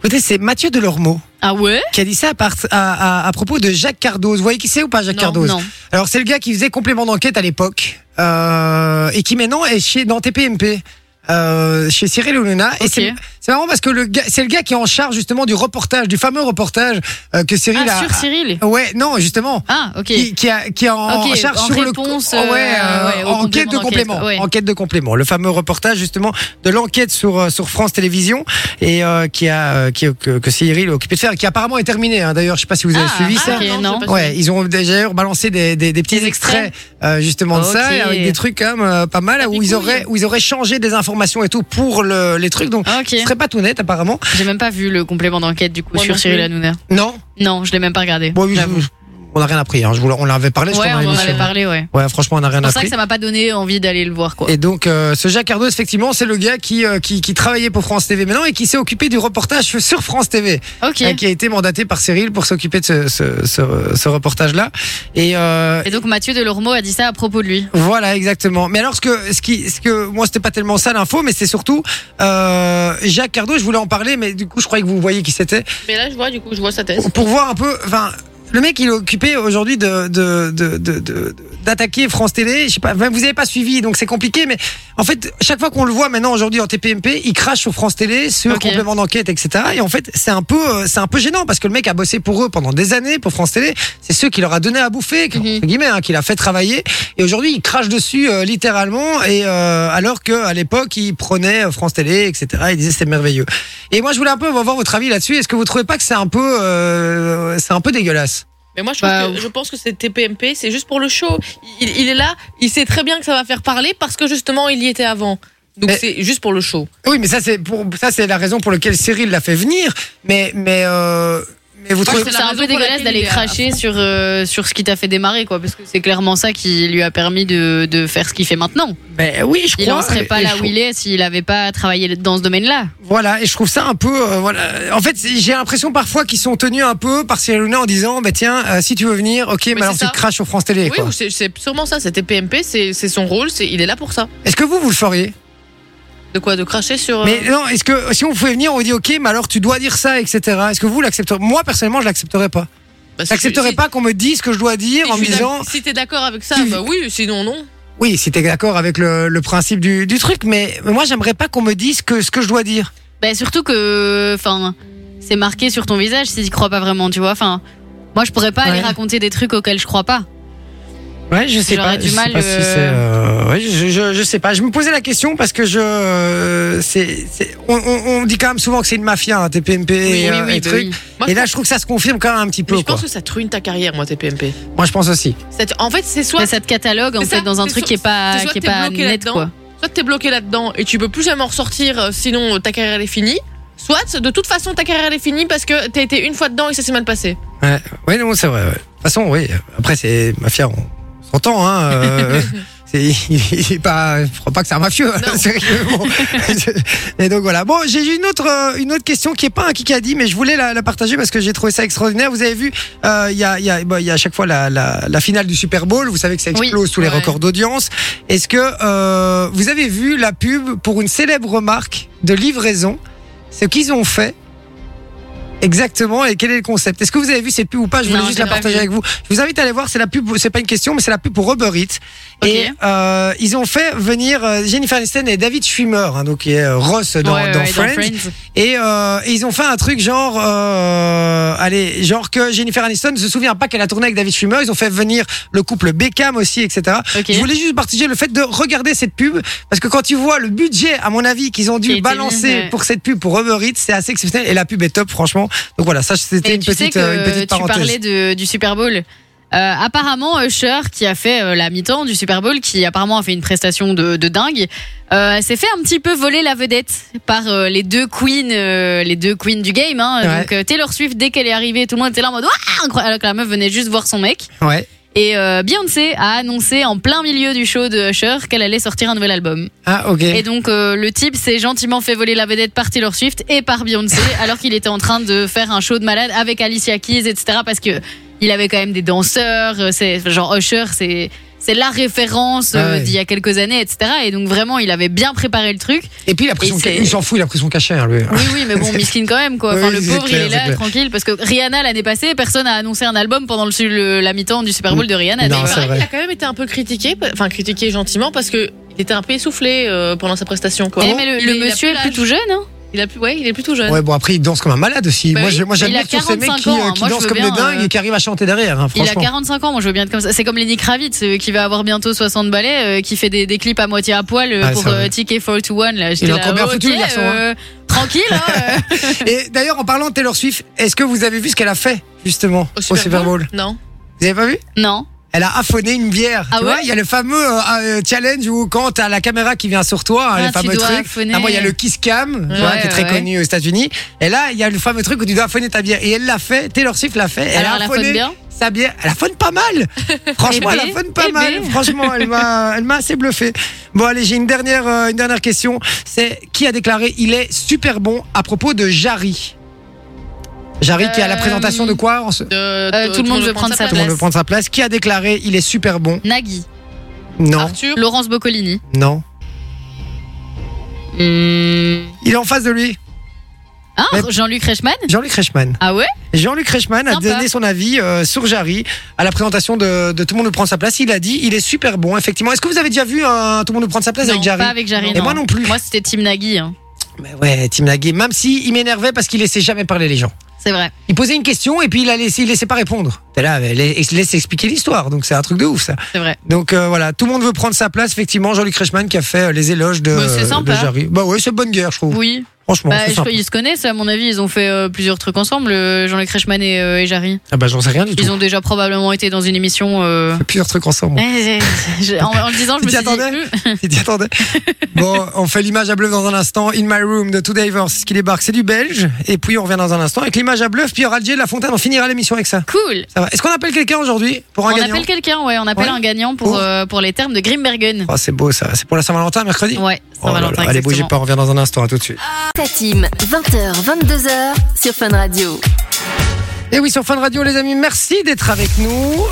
Speaker 2: Écoutez, c'est Mathieu Delormeau
Speaker 3: Ah ouais
Speaker 2: qui a dit ça à, part- à- à- à propos de Jacques Cardoz. Vous voyez qui c'est ou pas Jacques
Speaker 1: Non,
Speaker 2: Cardoz
Speaker 3: Non.
Speaker 2: Alors c'est le gars qui faisait complément d'enquête à l'époque euh, et qui maintenant est chez dans TPMP. Euh, chez Cyril Hanouna et
Speaker 3: Ok.
Speaker 2: c'est c'est marrant parce que le gars c'est le gars qui est en charge justement du reportage du fameux reportage euh, que Cyril
Speaker 3: Ah,
Speaker 2: a,
Speaker 3: sur Cyril
Speaker 2: a- ouais non justement
Speaker 3: Ah, ok.
Speaker 2: qui, qui, a- qui est en,
Speaker 3: Ok,
Speaker 2: en charge
Speaker 3: en
Speaker 2: sur
Speaker 3: réponse,
Speaker 2: le ouais,
Speaker 3: euh, ouais, au
Speaker 2: enquête de
Speaker 3: complément d'enquête,
Speaker 2: complément,
Speaker 3: ouais.
Speaker 2: enquête de complément, le fameux reportage justement de l'enquête sur euh, sur France Télévisions et euh, qui a euh, qui que, que Cyril est occupé de faire, qui apparemment est terminé. hein. D'ailleurs, je sais pas si vous avez
Speaker 3: ah,
Speaker 2: suivi
Speaker 3: ah,
Speaker 2: ça.
Speaker 3: ok,
Speaker 1: Non,
Speaker 3: non.
Speaker 1: j'ai pas
Speaker 2: Ouais, ils ont d'ailleurs balancé des, des, des petits
Speaker 3: Des
Speaker 2: extraits euh, justement de ça,
Speaker 3: Ok. Ah,
Speaker 2: et avec des trucs quand même euh, pas mal, où
Speaker 1: du
Speaker 2: ils
Speaker 1: coup,
Speaker 2: auraient
Speaker 1: oui.
Speaker 2: où ils auraient changé des informations et tout pour le, les trucs. Donc,
Speaker 3: Ok.
Speaker 2: ce serait pas tout net apparemment.
Speaker 3: J'ai même pas vu le complément d'enquête du coup
Speaker 1: Moi non
Speaker 3: sur Cyril
Speaker 1: plus.
Speaker 3: Hanouna.
Speaker 2: Non.
Speaker 3: Non, je l'ai même pas regardé.
Speaker 2: Bon, oui, je-
Speaker 3: j'avoue.
Speaker 2: je- On n'a rien appris. hein. Je vous, l'en- on l'avait parlé, je
Speaker 3: Ouais,
Speaker 2: crois, dans
Speaker 3: on en
Speaker 2: l'émission.
Speaker 3: avait parlé, ouais.
Speaker 2: Ouais, franchement, on n'a rien
Speaker 3: C'est pour ça que
Speaker 2: appris.
Speaker 3: ça m'a pas donné envie d'aller le voir, quoi.
Speaker 2: Et donc, euh, ce Jacques Cardos, effectivement, c'est le gars qui, euh, qui, qui travaillait pour France TV maintenant et qui s'est occupé du reportage sur France TV,
Speaker 3: Ok.
Speaker 2: hein, qui a été mandaté par Cyril pour s'occuper de ce, ce, ce- ce reportage-là. Et, euh,
Speaker 3: Et donc Mathieu Delormeau a dit ça à propos de lui.
Speaker 2: Voilà, exactement. Mais alors, ce que, ce qui, ce que, moi, c'était pas tellement ça l'info, mais c'est surtout euh, Jacques Cardo. Je voulais en parler, mais du coup, je croyais que vous voyez qui c'était
Speaker 1: Mais là, je vois, du coup, je vois sa thèse.
Speaker 2: pour voir un peu. Enfin, le mec, il est occupé aujourd'hui de de- de- de- de- d'attaquer France Télé. Je sais pas. enfin, vous avez pas suivi, donc c'est compliqué. Mais en fait, chaque fois qu'on le voit maintenant aujourd'hui en TPMP, il crache sur France Télé, sur
Speaker 3: Ok.
Speaker 2: complément d'enquête, etc. Et en fait, c'est un peu, euh, c'est un peu gênant parce que le mec a bossé pour eux pendant des années pour France Télé. C'est ceux qui leur a donné à bouffer, qui-
Speaker 1: Mhm.
Speaker 2: entre guillemets, hein, qui l'a fait travailler. Et aujourd'hui, il crache dessus euh, littéralement, et euh, alors que à l'époque, il prenait euh, France Télé, etc. Il disait c'est merveilleux. Et moi, je voulais un peu avoir votre avis là-dessus. Est-ce que vous trouvez pas que c'est un peu, euh, c'est un peu dégueulasse
Speaker 1: Mais moi, je, trouve
Speaker 3: Bah,
Speaker 1: que- je pense que c'est TPMP, c'est juste pour le show. Il, il est là, il sait très bien que ça va faire parler parce que justement, il y était avant. Donc
Speaker 2: Mais-
Speaker 1: c'est juste pour le show.
Speaker 2: Oui, mais ça c'est pour, ça c'est la raison pour laquelle Cyril l'a fait venir. Mais mais euh, mais vous
Speaker 1: Moi,
Speaker 2: trouvez
Speaker 1: je
Speaker 3: C'est
Speaker 1: la
Speaker 3: un
Speaker 1: raison
Speaker 3: peu
Speaker 1: pour
Speaker 3: dégueulasse
Speaker 1: laquelle
Speaker 3: d'aller
Speaker 1: il est à-
Speaker 3: cracher sur, euh, sur ce qui t'a fait démarrer, quoi, parce que c'est clairement ça qui lui a permis de, de faire ce qu'il fait maintenant.
Speaker 2: Mais Ben oui, je
Speaker 3: Il en serait pas là où il est s'il avait pas travaillé dans ce domaine-là.
Speaker 2: Voilà, et je trouve ça un peu. euh, voilà. En fait, c'est- j'ai l'impression parfois qu'ils sont tenus un peu par Cyril Hanouna en disant, bah tiens, euh, si tu veux venir, ok, mais,
Speaker 1: c'est
Speaker 2: alors tu
Speaker 1: ça.
Speaker 2: craches sur France Télé.
Speaker 1: Oui,
Speaker 2: quoi.
Speaker 1: ou c'est c'est sûrement ça, c'est TPMP, c'est c'est son rôle, c'est il est là pour ça.
Speaker 2: Est-ce que vous vous le feriez
Speaker 1: Euh. De quoi De cracher
Speaker 3: euh,
Speaker 1: sur.
Speaker 2: Mais non, est-ce que si on pouvait venir, on vous dit ok, mais alors tu dois dire ça, etc. Est-ce que vous l'accepterez Moi personnellement, je l'accepterais pas.
Speaker 1: Bah, si-
Speaker 2: J'accepterais
Speaker 1: si-
Speaker 2: pas qu'on me dise ce que je dois dire
Speaker 1: si
Speaker 2: en
Speaker 1: je
Speaker 2: me
Speaker 1: suis
Speaker 2: disant
Speaker 1: d'ac- Si t'es d'accord avec ça,
Speaker 2: Tu-
Speaker 1: bah oui, sinon non.
Speaker 2: oui, si t'es d'accord avec le, le principe du, du truc, mais mais moi j'aimerais pas qu'on me dise que ce que je dois dire.
Speaker 3: Ben surtout que, enfin, c'est marqué sur ton visage si tu crois pas vraiment, tu vois. Enfin, moi je pourrais pas aller
Speaker 2: Ouais.
Speaker 3: raconter des trucs auxquels je crois pas.
Speaker 2: Ouais, je sais pas.
Speaker 3: J'aurais du
Speaker 2: je sais
Speaker 3: mal,
Speaker 2: pas si
Speaker 3: euh,
Speaker 2: c'est. euh, ouais, je, je, je sais pas. Je me posais la question parce que je. euh, c'est, c'est- on, on, on dit quand même souvent que c'est une mafia, hein, TPMP et, euh, et
Speaker 3: bah
Speaker 2: trucs.
Speaker 1: Moi,
Speaker 2: Et
Speaker 1: je
Speaker 2: là, je trouve que ça se confirme quand même un petit
Speaker 1: Mais
Speaker 2: peu.
Speaker 1: je
Speaker 2: Quoi.
Speaker 1: pense que ça te ruine ta carrière, moi, TPMP.
Speaker 2: Moi, je pense aussi.
Speaker 1: Ça te- En fait, c'est soit
Speaker 3: Mais ça te catalogue en
Speaker 1: C'est
Speaker 3: fait
Speaker 1: ça,
Speaker 3: dans un
Speaker 1: c'est
Speaker 3: truc
Speaker 1: soit-
Speaker 3: qui est pas,
Speaker 1: c'est soit
Speaker 3: qui est
Speaker 1: t'es
Speaker 3: pas
Speaker 1: bloqué
Speaker 3: net,
Speaker 1: là-dedans,
Speaker 3: quoi.
Speaker 1: soit t'es bloqué là-dedans et tu peux plus jamais en ressortir, euh, sinon euh, ta carrière elle est finie. Soit de toute façon ta carrière elle est finie parce que t'as été une fois dedans et ça s'est mal passé.
Speaker 3: Ah,
Speaker 2: Ouais, ouais, non, c'est vrai. ouais. De toute façon, oui. Après, c'est mafia, on s'entend, hein. euh, c'est- il est pas, je crois pas que c'est un mafieux. C'est vrai que, bon, et donc voilà. Bon, j'ai une autre, euh, une autre question qui est pas un kikadi, mais je voulais la, la partager parce que j'ai trouvé ça extraordinaire. Vous avez vu, euh, il y a, il y a, bah, il y a à chaque fois la, la, la finale du Super Bowl. Vous savez que ça
Speaker 3: Oui,
Speaker 2: explose tous les
Speaker 1: ouais.
Speaker 2: records d'audience. Est-ce que euh, vous avez vu la pub pour une célèbre marque de livraison Ce qu'ils ont fait exactement et quel est le concept Est-ce que vous avez vu cette pub ou pas Je voulais
Speaker 3: Non,
Speaker 2: juste
Speaker 3: je
Speaker 2: la
Speaker 3: l'ai pas
Speaker 2: partager
Speaker 3: vue.
Speaker 2: avec vous. Je vous invite à aller voir. C'est la pub. C'est pas une question, mais c'est la pub pour Uber Eats.
Speaker 3: Ok.
Speaker 2: Et euh, ils ont fait venir euh, Jennifer Aniston et David Schwimmer, hein, donc qui est euh, Ross dans,
Speaker 3: Ouais,
Speaker 2: dans
Speaker 3: ouais,
Speaker 2: Friends. Et, euh, et ils ont fait un truc genre, euh, allez, genre que Jennifer Aniston ne se souvient pas qu'elle a tourné avec David Schwimmer. Ils ont fait venir le couple Beckham aussi, etc.
Speaker 3: Ok.
Speaker 2: Je voulais juste partager le fait de regarder cette pub parce que quand tu vois le budget, à mon avis, qu'ils ont
Speaker 3: Qui a
Speaker 2: dû
Speaker 3: été
Speaker 2: balancer
Speaker 3: mis, ouais.
Speaker 2: pour cette pub pour Uber Eats, c'est assez exceptionnel et la pub est top, franchement. Donc voilà, ça c'était
Speaker 3: Mais
Speaker 2: une
Speaker 3: tu sais
Speaker 2: petite,
Speaker 3: que
Speaker 2: euh, une petite
Speaker 3: tu parlais
Speaker 2: parenthèse.
Speaker 3: de- du Super Bowl. Euh, apparemment, Usher, qui a fait euh, la mi-temps du Super Bowl, qui apparemment a fait une prestation de, de dingue, euh, s'est fait un petit peu voler la vedette par euh, les deux queens, euh, les deux queens du game. Hein.
Speaker 2: Ouais.
Speaker 3: Donc euh, Taylor Swift, dès qu'elle est arrivée, tout le monde était là en mode Ouah incroyable alors que la meuf venait juste voir son mec.
Speaker 2: Ouais.
Speaker 3: Et euh, Beyoncé a annoncé en plein milieu du show de Usher qu'elle allait sortir un nouvel album.
Speaker 2: Ah ok.
Speaker 3: Et donc euh, le type s'est gentiment fait voler la vedette par Taylor Swift et par Beyoncé alors qu'il était en train de faire un show de malade avec Alicia Keys etc parce que il avait quand même des danseurs euh, c'est genre Usher c'est c'est la référence euh,
Speaker 2: Ah ouais.
Speaker 3: d'il y a quelques années etc et donc vraiment il avait bien préparé le truc
Speaker 2: Et puis il a pris
Speaker 3: Et
Speaker 2: son
Speaker 3: c'est-
Speaker 2: il s'en fout, il a pris son cachet hein, lui.
Speaker 3: oui oui mais bon miskin quand même quoi enfin
Speaker 2: Oui,
Speaker 3: le
Speaker 2: c'est
Speaker 3: pauvre
Speaker 2: clair,
Speaker 3: il
Speaker 2: c'est
Speaker 3: est là
Speaker 2: clair.
Speaker 3: tranquille parce que Rihanna l'année passée personne n'a annoncé un album pendant le, le- la mi-temps du Super Bowl de Rihanna
Speaker 2: Non,
Speaker 3: d'ailleurs.
Speaker 1: Il
Speaker 2: c'est
Speaker 1: paraît
Speaker 2: vrai.
Speaker 1: qu'il a quand même été un peu critiqué, enfin critiqué gentiment parce que il était un peu essoufflé euh, pendant sa prestation. Quoi.
Speaker 3: Eh, mais le,
Speaker 1: Il-
Speaker 3: le
Speaker 1: il a
Speaker 3: monsieur
Speaker 1: plus
Speaker 3: est
Speaker 1: l'âge.
Speaker 3: plutôt jeune hein
Speaker 1: Il a plus, ouais, il est plutôt jeune.
Speaker 2: Ouais bon après il danse comme un malade aussi.
Speaker 1: Bah
Speaker 2: moi
Speaker 1: oui.
Speaker 2: j'ai- moi,
Speaker 3: Il a
Speaker 2: j'admire tous ces mecs qui,
Speaker 3: 45 ans,
Speaker 2: euh,
Speaker 3: hein.
Speaker 2: qui
Speaker 3: Moi, je
Speaker 2: dansent
Speaker 3: veux
Speaker 2: comme
Speaker 3: bien,
Speaker 2: des dingues
Speaker 3: euh,
Speaker 2: et qui arrivent à chanter derrière. Hein,
Speaker 3: Il a
Speaker 2: franchement.
Speaker 3: 45 ans, moi je veux bien être comme ça. C'est comme Lenny Kravitz euh, qui va avoir bientôt 60 balais, euh, qui fait des, des clips à moitié à poil euh,
Speaker 2: Ah,
Speaker 3: pour
Speaker 2: ça, ouais.
Speaker 3: euh, Ticket 421. Là, J'étais
Speaker 2: Il est
Speaker 3: là,
Speaker 2: encore bien
Speaker 3: oh,
Speaker 2: foutu,
Speaker 3: ok,
Speaker 2: le garçon, hein.
Speaker 3: euh, tranquille, hein, euh.
Speaker 2: Et d'ailleurs en parlant de Taylor Swift, est-ce que vous avez vu ce qu'elle a fait justement au Super, Bowl,
Speaker 1: Non.
Speaker 2: Vous avez pas vu
Speaker 3: Non.
Speaker 2: Elle a affonné une bière.
Speaker 3: Ah
Speaker 2: tu
Speaker 3: ouais
Speaker 2: vois, il y a le fameux euh, euh, challenge où quand t'as la caméra qui vient sur toi, hein,
Speaker 3: Ah,
Speaker 2: les
Speaker 3: tu
Speaker 2: fameux
Speaker 3: dois
Speaker 2: trucs.
Speaker 3: affonner.
Speaker 2: Ah, moi, il y a le kiss cam, tu vois,
Speaker 3: Ouais,
Speaker 2: qui est très
Speaker 3: ouais.
Speaker 2: connu aux États-Unis. Et là, il y a le fameux truc où tu dois affonner ta bière. Et elle l'a fait. Taylor Swift l'a fait. Elle
Speaker 3: Alors
Speaker 2: a
Speaker 3: la faute
Speaker 2: affonné
Speaker 3: bien
Speaker 2: sa bière. Elle a fun pas mal. Franchement,
Speaker 3: Eh
Speaker 2: elle a
Speaker 3: ben,
Speaker 2: fun pas
Speaker 3: eh
Speaker 2: mal.
Speaker 3: ben.
Speaker 2: Franchement, elle m'a, elle m'a assez bluffé. Bon, allez, j'ai une dernière, euh, une dernière question. C'est qui a déclaré il est super bon à propos de Jarry. Jarry qui a la
Speaker 3: Euh,
Speaker 2: présentation de quoi en ce- Tout
Speaker 1: De-
Speaker 3: tout le monde veut prendre sa
Speaker 2: le monde
Speaker 3: place.
Speaker 2: veut prendre sa place. Qui a déclaré il est super bon
Speaker 3: Nagui,
Speaker 2: Non,
Speaker 1: Arthur,
Speaker 3: Laurence Boccolini.
Speaker 2: non.
Speaker 3: Mmh.
Speaker 2: Il est en face de lui.
Speaker 3: Ah,
Speaker 2: Mais-
Speaker 3: Jean-Luc Reichmann
Speaker 2: Jean-Luc Reichmann.
Speaker 3: Ah ouais
Speaker 2: Jean-Luc Reichmann a
Speaker 3: Sympa.
Speaker 2: donné son avis euh, sur Jarry à la présentation de, de Tout le monde nous prend sa place. Il a dit il est super bon, effectivement. Est-ce que vous avez déjà vu un Tout le monde nous prend sa place
Speaker 3: Non,
Speaker 2: avec Jarry
Speaker 3: pas avec Jarry.
Speaker 2: Et moi non plus.
Speaker 3: Moi, c'était Tim Nagui. hein.
Speaker 2: Mais ouais, Tim Nagui, même si il m'énervait parce qu'il laissait jamais parler les gens.
Speaker 3: C'est vrai.
Speaker 2: Il posait une question et puis il, a laissé, il laissait pas répondre. T'es là, mais laisse, laisse expliquer l'histoire. Donc c'est un truc de ouf ça.
Speaker 3: C'est vrai.
Speaker 2: Donc euh, voilà, tout le monde veut prendre sa place, effectivement. Jean-Luc Reichmann qui a fait euh, les éloges de,
Speaker 3: Bah, c'est
Speaker 2: euh, de
Speaker 3: sympa.
Speaker 2: Jarry. Bah ouais, c'est bonne guerre, je trouve.
Speaker 3: Oui.
Speaker 2: Franchement,
Speaker 3: Bah,
Speaker 2: c'est
Speaker 3: je-
Speaker 2: sympa.
Speaker 3: ils se connaissent, à mon avis. Ils ont fait euh, plusieurs trucs ensemble, euh, Jean-Luc Reichmann et, euh, et Jarry.
Speaker 2: Ah bah j'en sais rien du tout.
Speaker 3: Ils ont déjà probablement été dans une émission. euh,
Speaker 2: Plusieurs trucs ensemble.
Speaker 3: eh, eh, je- en, en le disant,
Speaker 2: Tu
Speaker 3: je me
Speaker 2: t'y
Speaker 3: suis dit.
Speaker 2: attendais
Speaker 3: hum,
Speaker 2: Il dit attendez. Bon, on fait l'image à bluff dans un instant. In My Room de Today Verse qui débarque, c'est du belge. Et puis on revient dans un instant avec l'image à bluff. Puis il y aura Jay de la Fontaine. On finira l'émission avec ça.
Speaker 3: Cool.
Speaker 2: Ça va. Est-ce qu'on appelle quelqu'un aujourd'hui pour un
Speaker 3: on
Speaker 2: gagnant
Speaker 3: appelle quelqu'un, ouais. On appelle
Speaker 2: Ouais.
Speaker 3: un gagnant pour,
Speaker 2: Pour
Speaker 3: euh, pour les termes de Grimbergen.
Speaker 2: Oh, c'est beau ça. C'est pour la Saint-Valentin mercredi.
Speaker 3: Ouais,
Speaker 2: Oh là là.
Speaker 3: Saint-Valentin.
Speaker 2: Allez, bougez
Speaker 3: exactement.
Speaker 2: pas. On revient dans un instant. À tout de suite.
Speaker 4: Ta team, 20h, 22h sur Fun Radio.
Speaker 2: Et oui, sur Fun Radio, les amis, merci d'être avec nous.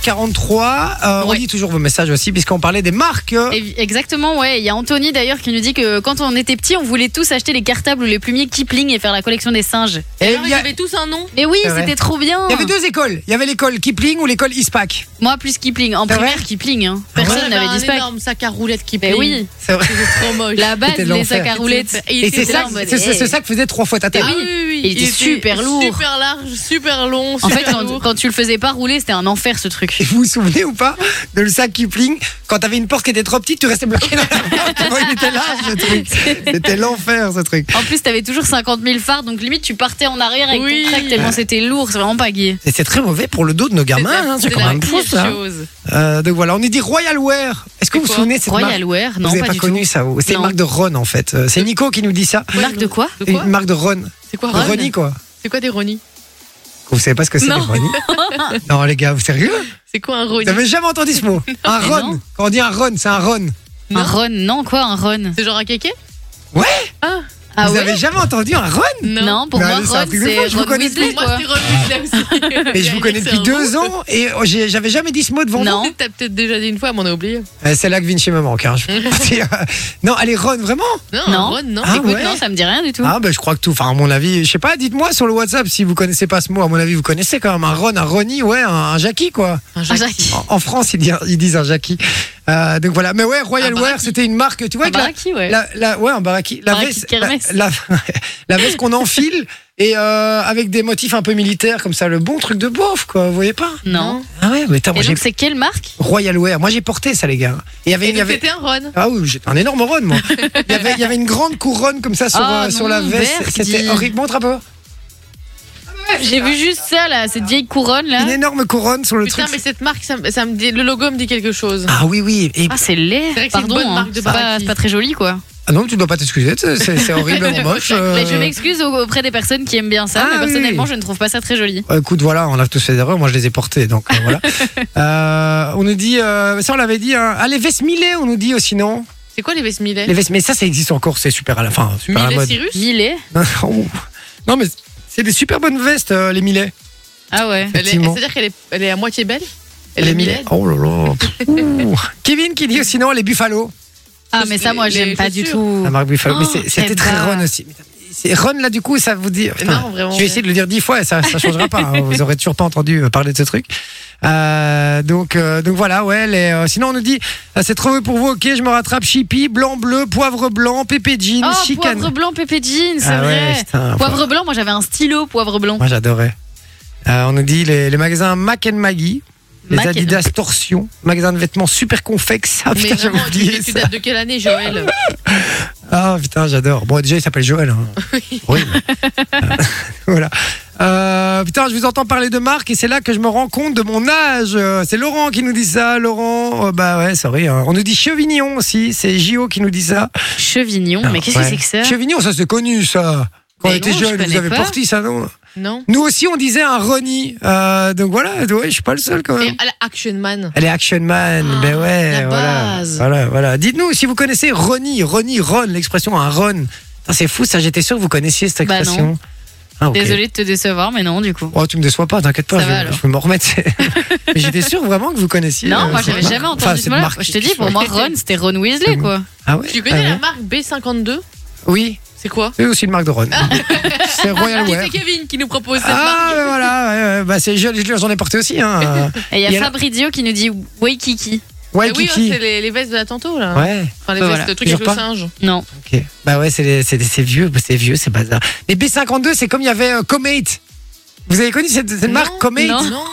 Speaker 2: 21h43. Euh, On
Speaker 3: Ouais.
Speaker 2: lit toujours vos messages aussi, puisqu'on parlait des marques. euh,
Speaker 3: Et- Exactement, ouais. Il y a Anthony d'ailleurs qui nous dit que quand on était petit, on voulait tous acheter les cartables ou les plumiers Kipling et faire la collection des singes.
Speaker 2: Et
Speaker 1: alors,
Speaker 2: il y,
Speaker 1: ils
Speaker 2: a-
Speaker 1: avaient tous un nom.
Speaker 3: Mais oui,
Speaker 2: C'est vrai.
Speaker 3: c'était trop bien.
Speaker 2: il y avait deux écoles. Il y avait l'école Kipling ou l'école Ispac.
Speaker 3: Moi, plus Kipling. En
Speaker 2: C'est vrai Ah
Speaker 3: primaire, Kipling. hein.
Speaker 1: Moi,
Speaker 3: Personne
Speaker 1: j'avais
Speaker 3: n'avait
Speaker 1: un
Speaker 3: dit Spack.
Speaker 1: Ah énorme sac à roulettes qui
Speaker 3: Mais
Speaker 1: plie.
Speaker 3: Eh oui,
Speaker 2: C'est vrai.
Speaker 1: C'était trop moche.
Speaker 3: la base,
Speaker 2: C'était
Speaker 3: les
Speaker 2: l'enfer.
Speaker 3: sacs à roulettes.
Speaker 1: Et il
Speaker 2: Et
Speaker 1: était
Speaker 2: c'est ça,
Speaker 1: là en
Speaker 2: que-
Speaker 1: mode,
Speaker 2: c'est- c'est
Speaker 3: eh.
Speaker 1: hey.
Speaker 2: ça que faisait trois fois ta tête.
Speaker 1: Ah oui, oui, oui.
Speaker 3: Il était super lourd.
Speaker 1: Super large, super long.
Speaker 3: En
Speaker 1: Super
Speaker 3: fait, quand,
Speaker 1: lourd.
Speaker 3: quand tu le faisais pas rouler, c'était un enfer ce truc.
Speaker 2: Et vous vous souvenez ou pas de le sac Kipling Quand t'avais une porte qui était trop petite, tu restais bloqué dans la porte. Tu vois, Il était large, ce truc. C'était l'enfer, ce truc.
Speaker 3: En plus, t'avais toujours 50 000 phares, donc limite tu partais en arrière avec
Speaker 1: Oui.
Speaker 3: ton track tellement c'était lourd, c'est vraiment pas gay.
Speaker 2: Et c'est très mauvais pour le dos de nos gamins. hein, C'est
Speaker 1: la
Speaker 2: quand même fou,
Speaker 1: pire
Speaker 2: ça.
Speaker 1: chose.
Speaker 2: Euh, donc voilà, on est dit Royal Wear. Est-ce que vous vous
Speaker 1: quoi
Speaker 2: souvenez de cette marque
Speaker 3: Royal Wear,
Speaker 2: Vous
Speaker 3: non,
Speaker 2: n'avez
Speaker 3: pas,
Speaker 2: pas,
Speaker 3: du
Speaker 2: connu ça, vous C'est une
Speaker 3: Non.
Speaker 2: marque de Ron, en fait. Euh, C'est Nico qui nous dit ça.
Speaker 3: tout. Marque de quoi
Speaker 1: De quoi
Speaker 2: une marque de Ron.
Speaker 1: C'est quoi Ron
Speaker 2: Ronnie, quoi.
Speaker 1: C'est quoi des Ronnie
Speaker 2: Vous savez pas ce que c'est,
Speaker 3: Non.
Speaker 2: les Ronnie Non, les gars, vous sérieux
Speaker 1: C'est quoi un
Speaker 2: Vous
Speaker 1: Ronnie
Speaker 2: n'avez jamais entendu ce mot Un
Speaker 3: Mais
Speaker 2: Ron.
Speaker 3: non.
Speaker 2: Quand on dit un Ron, c'est un Ron.
Speaker 3: Un
Speaker 1: Non.
Speaker 3: Ron, non quoi, un Ron
Speaker 1: C'est genre un kéké
Speaker 2: Ouais
Speaker 1: Ah
Speaker 3: Ah
Speaker 2: Vous
Speaker 3: ouais
Speaker 2: n'avez jamais entendu un Ron
Speaker 3: Non, pour
Speaker 2: Mais
Speaker 3: moi
Speaker 2: allez, c'est un
Speaker 3: Ron
Speaker 2: truc de fou,
Speaker 3: c'est
Speaker 2: je vous
Speaker 3: Ron
Speaker 2: connais
Speaker 3: Weasley
Speaker 1: Moi,
Speaker 3: quoi.
Speaker 1: c'est Ron Weasley aussi.
Speaker 2: Mais je vous connais depuis deux ans et oh, j'ai- j'avais jamais dit ce mot devant
Speaker 3: Non,
Speaker 1: Peut-être T'as peut-être déjà dit une fois, mais on a oublié.
Speaker 2: vous. Euh, C'est là que Vinci me manque. hein, je peux vous dire. non, allez, Ron, vraiment
Speaker 1: Non,
Speaker 3: Non.
Speaker 1: Ron, non.
Speaker 2: Ah
Speaker 1: Écoute,
Speaker 2: ouais.
Speaker 3: non, ça me dit rien du tout.
Speaker 2: Ah, ben je crois que tout. Enfin, à mon avis, je sais pas, dites-moi sur le WhatsApp si vous connaissez pas ce mot. À mon avis, vous connaissez quand même un Ron, un Ronnie, ouais, un, un Jackie, quoi.
Speaker 1: un
Speaker 3: Ah,
Speaker 1: Jacques.
Speaker 3: Jackie.
Speaker 2: En, en France, ils disent, ils disent un Jackie. Euh, donc voilà. Mais ouais, Royal
Speaker 1: Un
Speaker 2: Wear,
Speaker 1: Baraki.
Speaker 2: c'était une marque, tu vois, avec
Speaker 3: Ah
Speaker 2: la-
Speaker 3: bah, qui, ouais.
Speaker 2: La, la- ouais, un baraki. La
Speaker 3: Baraki de
Speaker 2: veste, la,
Speaker 3: kermesse.
Speaker 2: la- la veste qu'on enfile et euh, avec des motifs un peu militaires comme ça, le bon truc de beauf, quoi. Vous voyez pas
Speaker 3: Non.
Speaker 2: Ah ouais, mais attends, moi
Speaker 3: Et
Speaker 2: j'ai
Speaker 3: donc c'est quelle marque
Speaker 2: Royal Wear. Moi j'ai porté ça, les gars. Et il y avait,
Speaker 1: Et
Speaker 2: il y
Speaker 1: donc,
Speaker 2: avait-
Speaker 1: c'était un Ron.
Speaker 2: ah oui, j'étais un énorme run, moi. Il y, avait, il y avait une grande couronne comme ça sur,
Speaker 3: Ah
Speaker 2: euh,
Speaker 3: non,
Speaker 2: sur la veste.
Speaker 3: Berk,
Speaker 2: C'était
Speaker 3: dis.
Speaker 2: horrible. Montre un peu.
Speaker 3: J'ai vu juste ça là, cette vieille couronne là.
Speaker 2: Une énorme couronne sur le
Speaker 1: Putain, mais
Speaker 2: truc.
Speaker 1: cette marque, ça, me- ça me dit, le logo me dit quelque chose.
Speaker 2: Ah oui, oui. Et...
Speaker 3: Ah c'est laid,
Speaker 1: vrai que c'est une
Speaker 3: pardon,
Speaker 1: bonne
Speaker 3: hein.
Speaker 1: marque de
Speaker 3: c'est pas,
Speaker 1: Baraki.
Speaker 3: c'est pas très joli quoi.
Speaker 2: Ah non, tu dois pas t'excuser. C'est c'est horriblement moche. euh.
Speaker 3: Mais je m'excuse au- auprès des personnes qui aiment bien ça,
Speaker 2: Ah,
Speaker 3: mais
Speaker 2: oui,
Speaker 3: personnellement
Speaker 2: oui.
Speaker 3: je ne trouve pas ça très joli.
Speaker 2: Bah, Écoute, voilà, on a tous fait des erreurs. Moi, je les ai portés, donc euh, voilà. Euh, on nous dit, euh, ça, on l'avait dit. Hein. Ah, les vestes Millet, on nous dit aussi, non
Speaker 1: C'est quoi les vestes Millet
Speaker 2: Les vestes, mais ça, ça existe encore. C'est super à la fin, super à la
Speaker 1: Millet
Speaker 2: mode. Oh.
Speaker 1: Cyrus
Speaker 3: Millet
Speaker 2: non, mais c'est des super bonnes vestes, euh, les Millet.
Speaker 3: Ah
Speaker 1: Elle
Speaker 3: ouais.
Speaker 1: est-
Speaker 2: Effectivement.
Speaker 1: C'est-à-dire qu'elle est, elle est à moitié belle Elle est Millet
Speaker 2: Oh là là. pff, ouh. Kevin qui dit aussi, non, les Buffalo.
Speaker 3: Ah
Speaker 1: Parce
Speaker 3: mais
Speaker 1: que
Speaker 3: ça moi
Speaker 1: les- les
Speaker 3: j'aime pas du
Speaker 1: chaussures.
Speaker 3: tout.
Speaker 2: La marque Buffalo. mais
Speaker 3: Oh,
Speaker 2: c'est- c'était
Speaker 3: eh
Speaker 2: très
Speaker 3: ben.
Speaker 2: Ron aussi. Putain, C'est Ron là du coup ça vous dit putain,
Speaker 1: Non, vraiment.
Speaker 2: Je vais essayer de le dire dix fois et ça ça changera pas. hein. Vous aurez toujours pas entendu euh, parler de ce truc. Euh, donc euh, donc voilà ouais. les, euh, sinon on nous dit ah, c'est trop vieux pour vous. Ok je me rattrape. Chippy blanc bleu poivre blanc pépé jean
Speaker 3: Oh
Speaker 2: chicane.
Speaker 3: poivre blanc pépé jean, c'est
Speaker 2: ah ouais
Speaker 3: vrai.
Speaker 2: putain.
Speaker 3: Poivre blanc, moi j'avais un stylo poivre blanc.
Speaker 2: Moi j'adorais. Euh, on nous dit les, les magasins Mac and Maggie. Les
Speaker 3: Mac and-
Speaker 2: Adidas Torsion, magasin de vêtements super confex. Ah
Speaker 1: Mais
Speaker 2: putain, j'avais
Speaker 1: vraiment, tu,
Speaker 2: oublié
Speaker 1: tu
Speaker 2: ça.
Speaker 1: dates de quelle année, Joël
Speaker 2: Ah putain, j'adore. Bon, déjà, il s'appelle Joël. hein. Oui. Euh, voilà. Euh, putain, je vous entends parler de marque et c'est là que je me rends compte de mon âge. Euh, C'est Laurent qui nous dit ça. Laurent, euh, bah ouais, sorry. hein. On nous dit Chevignon aussi. C'est JO qui nous dit ça.
Speaker 3: Chevignon, Ah, mais qu'est-ce
Speaker 2: Ah, Ouais.
Speaker 3: que c'est que ça
Speaker 2: Chevignon, ça c'est connu ça. Quand on
Speaker 3: Mais
Speaker 2: était
Speaker 3: non, je
Speaker 2: jeune, vous
Speaker 3: connais
Speaker 2: avez
Speaker 3: pas.
Speaker 2: porté ça, non
Speaker 1: Non.
Speaker 2: Nous aussi, on disait un Ronnie. Euh, donc voilà, ouais, je suis pas le seul quand
Speaker 1: Et
Speaker 2: même.
Speaker 1: à la Action Man.
Speaker 2: Elle est Action Man,
Speaker 1: Ah,
Speaker 2: ben ouais,
Speaker 1: la
Speaker 2: voilà,
Speaker 1: base.
Speaker 2: voilà, voilà. Dites-nous si vous connaissez Ronnie, Ronnie, Ron, l'expression un Ron. Putain, C'est fou, ça. J'étais sûr que vous connaissiez cette
Speaker 3: Bah non.
Speaker 2: expression. Ah, ok.
Speaker 3: Désolée de te décevoir, mais non, du coup.
Speaker 2: Oh, tu me déçois pas, t'inquiète pas,
Speaker 3: Ça
Speaker 2: je,
Speaker 3: va,
Speaker 2: je
Speaker 3: alors.
Speaker 2: vais me remettre. Mais J'étais sûr vraiment que vous connaissiez.
Speaker 3: Non,
Speaker 2: euh,
Speaker 3: moi
Speaker 2: cette
Speaker 3: j'avais
Speaker 2: marque.
Speaker 3: jamais entendu
Speaker 2: Enfin,
Speaker 3: ce
Speaker 2: cette
Speaker 3: mot-là.
Speaker 2: marque.
Speaker 3: Je te dis, pour moi, Ron, c'était Ron
Speaker 2: C'est
Speaker 3: Weasley,
Speaker 2: bon.
Speaker 3: quoi.
Speaker 2: Ah ouais
Speaker 1: Tu connais
Speaker 2: ah ouais.
Speaker 1: la
Speaker 3: hein.
Speaker 1: marque B52
Speaker 2: Oui,
Speaker 1: C'est quoi
Speaker 2: c'est aussi une marque de Ron. c'est Royal
Speaker 1: Ah,
Speaker 2: Wear.
Speaker 1: C'est Kevin qui nous propose cette marque.
Speaker 2: Ah, ben voilà, ouais, ouais, bah, c'est joli, joli, j'en ai porté aussi. Hein.
Speaker 3: Et
Speaker 2: Il
Speaker 3: il y
Speaker 2: y
Speaker 3: a
Speaker 2: a-
Speaker 3: Fabrizio qui nous dit Waikiki.
Speaker 1: Eh
Speaker 2: Ouais,
Speaker 1: oui,
Speaker 2: Kiki.
Speaker 1: c'est les, les vestes de la tantôt, là.
Speaker 2: Ouais,
Speaker 1: Enfin, les
Speaker 3: Bah
Speaker 1: vestes
Speaker 3: voilà.
Speaker 1: trucs avec
Speaker 2: Toujours
Speaker 1: le
Speaker 2: pas
Speaker 1: singe.
Speaker 3: Non.
Speaker 2: ok. Bah ouais, c'est les- c'est des- c'est vieux, c'est vieux, c'est bazar. Mais B52, c'est comme il y avait euh, Comate. Vous avez connu cette, cette marque Comate
Speaker 3: non.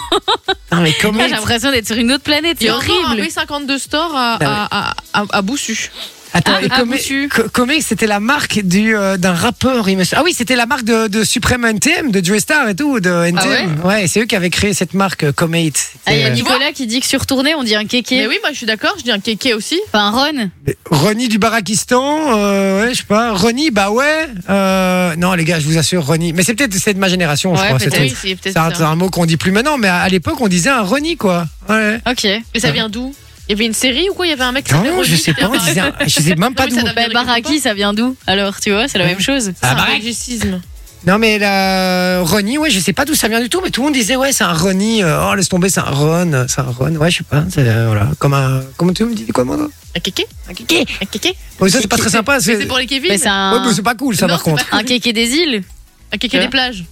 Speaker 2: Non, mais
Speaker 3: Là,
Speaker 2: Comate.
Speaker 3: J'ai l'impression d'être sur une autre planète,
Speaker 1: Il y
Speaker 3: c'est
Speaker 1: a encore un
Speaker 3: horrible.
Speaker 1: B52 store à,
Speaker 2: Ah ouais.
Speaker 1: à, à, à, à Boussu.
Speaker 2: Attends,
Speaker 3: Ah,
Speaker 2: et
Speaker 3: ah,
Speaker 2: Comate,
Speaker 3: bossu.
Speaker 2: Co- Comate, c'était la marque du, euh, d'un rappeur. il me semble. Ah oui, c'était la marque de, de Supreme NTM, de Joey Star et tout, de NTM. ouais, c'est eux qui avaient créé cette marque euh, Comate.
Speaker 3: Ah, il y a
Speaker 2: Euh,
Speaker 3: Nicolas qui dit que sur tournée, on dit un kéké.
Speaker 1: Mais oui, moi je suis d'accord, je dis un kéké aussi.
Speaker 3: Enfin, Ron.
Speaker 2: euh, Ronnie du Barakistan, euh, ouais, je sais pas. Ronnie, bah ouais. euh, non, les gars, je vous assure, Ronnie. Mais c'est peut-être c'est de ma génération, je crois.
Speaker 3: Ouais,
Speaker 2: C'est
Speaker 3: peut-être.
Speaker 2: tout.
Speaker 1: Oui, c'est peut-être
Speaker 2: C'est un, c'est
Speaker 1: ça.
Speaker 2: un mot qu'on dit plus maintenant, mais à, à l'époque, on disait un Ronnie, quoi. Ouais.
Speaker 3: Ok.
Speaker 1: Mais ça vient d'où Il y avait une série ou quoi Il y avait un mec qui s'appelait
Speaker 2: Non, je
Speaker 1: Ronnie,
Speaker 2: sais
Speaker 1: c'était
Speaker 2: pas, on
Speaker 1: un-
Speaker 2: disait un- je sais même pas
Speaker 1: mais
Speaker 2: d'où.
Speaker 1: Ah ça doit-
Speaker 3: Bah, Baraki, ça vient d'où Alors, tu vois, c'est la
Speaker 2: Ouais.
Speaker 3: même chose.
Speaker 1: C'est
Speaker 2: Ah,
Speaker 1: un
Speaker 2: bah,
Speaker 1: anglicisme.
Speaker 2: Non, mais la Ronnie, ouais, je sais pas d'où ça vient du tout, mais tout le monde disait, ouais, c'est un Ronnie, euh, oh, laisse tomber, c'est un Ron, euh, c'est un Ron, ouais, je sais pas, c'est, euh, voilà, comme un, comment tu me dis, quoi, moi, non
Speaker 1: Un kéké
Speaker 2: Un kéké.
Speaker 1: Un kéké
Speaker 2: Ouais, ça, c'est pas très sympa, c'est,
Speaker 1: C'est pour les Kevin
Speaker 3: Mais c'est
Speaker 2: ouais, mais
Speaker 3: un,
Speaker 2: c'est pas cool, ça,
Speaker 1: Non,
Speaker 2: par
Speaker 1: c'est
Speaker 2: contre.
Speaker 3: un kéké des îles.
Speaker 1: Un kéké des plages.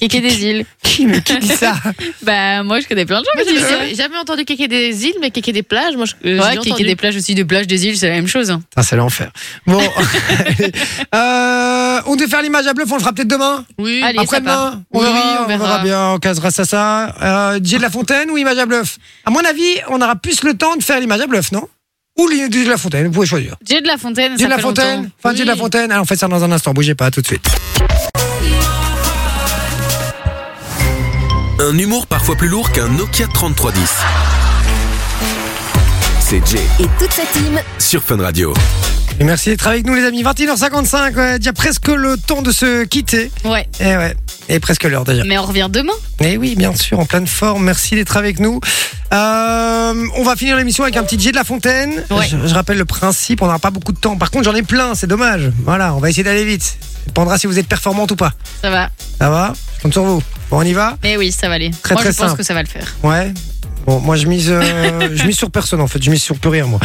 Speaker 3: Kéké des îles.
Speaker 2: Qui, mais qui dit ça?
Speaker 3: Bah, moi, je connais plein de gens
Speaker 1: Moi,
Speaker 3: qui disent
Speaker 1: j'avais
Speaker 3: ça.
Speaker 1: jamais- jamais entendu kéké des îles, mais kéké des plages, moi je euh,
Speaker 3: Ouais,
Speaker 1: j'ai
Speaker 3: kéké
Speaker 1: entendu.
Speaker 3: des plages aussi, de plages des îles, c'est la même chose. hein.
Speaker 2: Putain, c'est l'enfer. Bon. Euh, on devait faire l'image à bluff, on le fera peut-être demain.
Speaker 1: Oui,
Speaker 3: Allez, ça part.
Speaker 2: Après-demain. On,
Speaker 1: Oui,
Speaker 2: verra,
Speaker 1: on verra.
Speaker 2: bien, on casera ça, ça. Euh, DJ de la Fontaine ou image à bluff À mon avis, on aura plus le temps de faire l'image à bluff, non Ou DJ de la Fontaine, vous pouvez choisir.
Speaker 3: J'ai de la fontaine.
Speaker 2: DJ
Speaker 3: ça
Speaker 2: de la
Speaker 3: fait
Speaker 2: Fontaine
Speaker 3: longtemps.
Speaker 2: Enfin, DJ de la
Speaker 1: Oui.
Speaker 2: Fontaine. Alors, on fait ça dans un instant, bougez pas, à tout de suite.
Speaker 5: Un humour parfois plus lourd qu'un Nokia 3310. C'est Jay
Speaker 4: Et toute sa team.
Speaker 5: sur Fun Radio.
Speaker 2: Et merci d'être avec nous, les amis. 21h55, ouais, déjà presque le temps de se quitter.
Speaker 3: Ouais,
Speaker 2: Et ouais, et presque l'heure déjà.
Speaker 3: mais on revient demain.
Speaker 2: Eh oui, bien sûr, en pleine forme. Merci d'être avec nous. Euh, on va finir l'émission avec un petit jet de la fontaine.
Speaker 3: Ouais.
Speaker 2: Je, je rappelle le principe, on n'aura pas beaucoup de temps. Par contre, j'en ai plein, c'est dommage. Voilà, on va essayer d'aller vite. Ça dépendra si vous êtes performante ou pas.
Speaker 3: Ça va.
Speaker 2: Ça va Je compte sur vous. Bon, on y va
Speaker 3: Mais oui, ça va aller.
Speaker 2: Très,
Speaker 3: moi,
Speaker 2: très
Speaker 3: je pense
Speaker 2: simple.
Speaker 3: que ça va le faire.
Speaker 2: Ouais. Bon, moi je mise, euh, je mise sur personne en fait, je mise sur plus rien moi.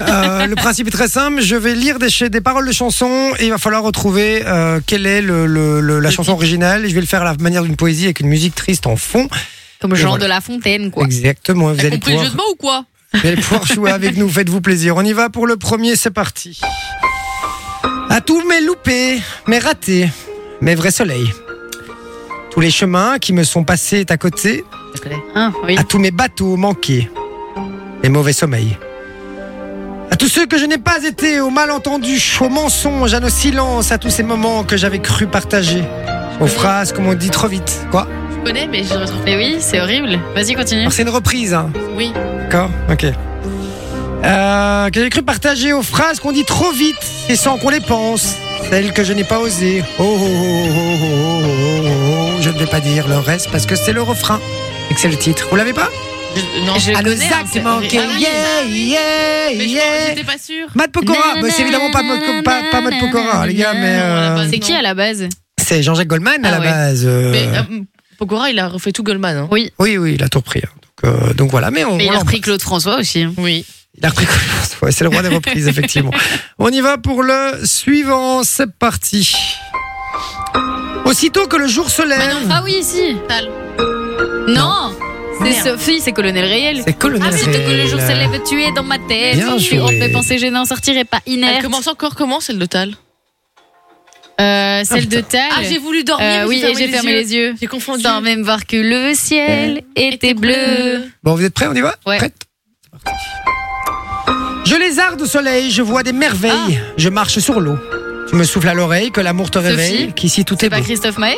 Speaker 2: Euh, le principe est très simple, je vais lire des, cha- des paroles de chansons et il va falloir retrouver euh, quelle est le- le- le- la chanson originale. Et je vais le faire à la manière d'une poésie avec une musique triste en fond.
Speaker 3: Comme Jean
Speaker 2: voilà.
Speaker 3: de la Fontaine, quoi.
Speaker 2: Exactement, vous
Speaker 1: T'as
Speaker 2: allez
Speaker 1: compris le
Speaker 2: pouvoir
Speaker 1: jeu de mots ou quoi
Speaker 2: Vous allez pouvoir jouer avec nous, faites-vous plaisir. On y va pour le premier, c'est parti. À tous mes loupés, mes ratés, mes vrais soleils. Tous les chemins qui me sont passés à côté,
Speaker 3: Hein, oui.
Speaker 2: à tous mes bateaux manqués, mes mauvais sommeils. À tous ceux que je n'ai pas été, aux malentendus, aux mensonges, à nos silences, à tous ces moments que j'avais cru partager, aux phrases comme on dit trop vite. Quoi
Speaker 1: Je connais, mais je retrouve.
Speaker 3: Mais oui, c'est horrible. Vas-y, continue.
Speaker 2: Alors c'est une reprise, hein.
Speaker 1: Oui.
Speaker 2: D'accord, ok. Euh, que j'ai cru partager aux phrases qu'on dit trop vite et sans qu'on les pense. Celles que je n'ai pas osé. Oh, oh, oh, oh, oh, oh, oh, oh, oh, je ne vais pas dire le reste parce que c'est le refrain et que c'est le titre. Vous l'avez pas Ah,
Speaker 1: Je- non.
Speaker 3: Je
Speaker 2: À nos
Speaker 3: connais, hein,
Speaker 2: actes
Speaker 3: c'est- bah
Speaker 2: manqués.
Speaker 1: Ah oui.
Speaker 2: Yeah, yeah,
Speaker 1: Mais je-
Speaker 2: yeah.
Speaker 1: j'étais pas sûre.
Speaker 2: Matt Pokora,
Speaker 3: Nanana,
Speaker 2: Bah, c'est évidemment pas, Matt- pas, pas Matt Pokora, les gars, mais
Speaker 1: nanana.
Speaker 2: euh,
Speaker 3: C'est qui à la base
Speaker 2: c'est Jean-Jacques Goldman à
Speaker 3: Ah
Speaker 2: la
Speaker 3: ouais.
Speaker 2: base. euh,
Speaker 1: Mais euh, Pokora, il a refait tout Goldman. Hein.
Speaker 3: Oui.
Speaker 2: Oui, oui, il a tout repris. hein. Donc, euh, donc voilà, mais on.
Speaker 3: Mais
Speaker 2: on
Speaker 3: il a
Speaker 2: l'embrasse.
Speaker 3: repris Claude François aussi. hein.
Speaker 1: Oui.
Speaker 2: Il a repris confiance. Ouais, c'est le roi des reprises, effectivement. On y va pour le suivant. C'est parti. Aussitôt que le jour se lève,
Speaker 3: Ah oui, si.
Speaker 1: Tal.
Speaker 3: Non, c'est
Speaker 1: Merde.
Speaker 3: Sophie, c'est colonel réel.
Speaker 2: c'est colonel.
Speaker 3: Ah, c'est que le
Speaker 2: Rayl.
Speaker 3: jour s'élève, tu es dans ma tête.
Speaker 2: Bien
Speaker 3: je suis
Speaker 2: joué.
Speaker 3: hors mes pensées, je n'en sortirai pas
Speaker 1: Elle
Speaker 3: inerte.
Speaker 1: commence encore comment celle de Tal
Speaker 3: Euh, celle
Speaker 2: Ah,
Speaker 3: de Tal.
Speaker 1: voulu dormir.
Speaker 3: Euh, oui, et j'ai fermé les yeux.
Speaker 1: J'ai confondu.
Speaker 3: Sans même voir que le ciel était bleu.
Speaker 2: Bon, vous êtes prêts On y va
Speaker 3: Ouais.
Speaker 2: Prête C'est parti. Je lézarde au soleil, je vois des merveilles. Je marche sur l'eau. Tu me souffles à l'oreille que l'amour te
Speaker 3: Ah. Sophie,
Speaker 2: réveille, qu'ici tout est,
Speaker 3: C'est pas
Speaker 2: beau.
Speaker 3: Christophe Maé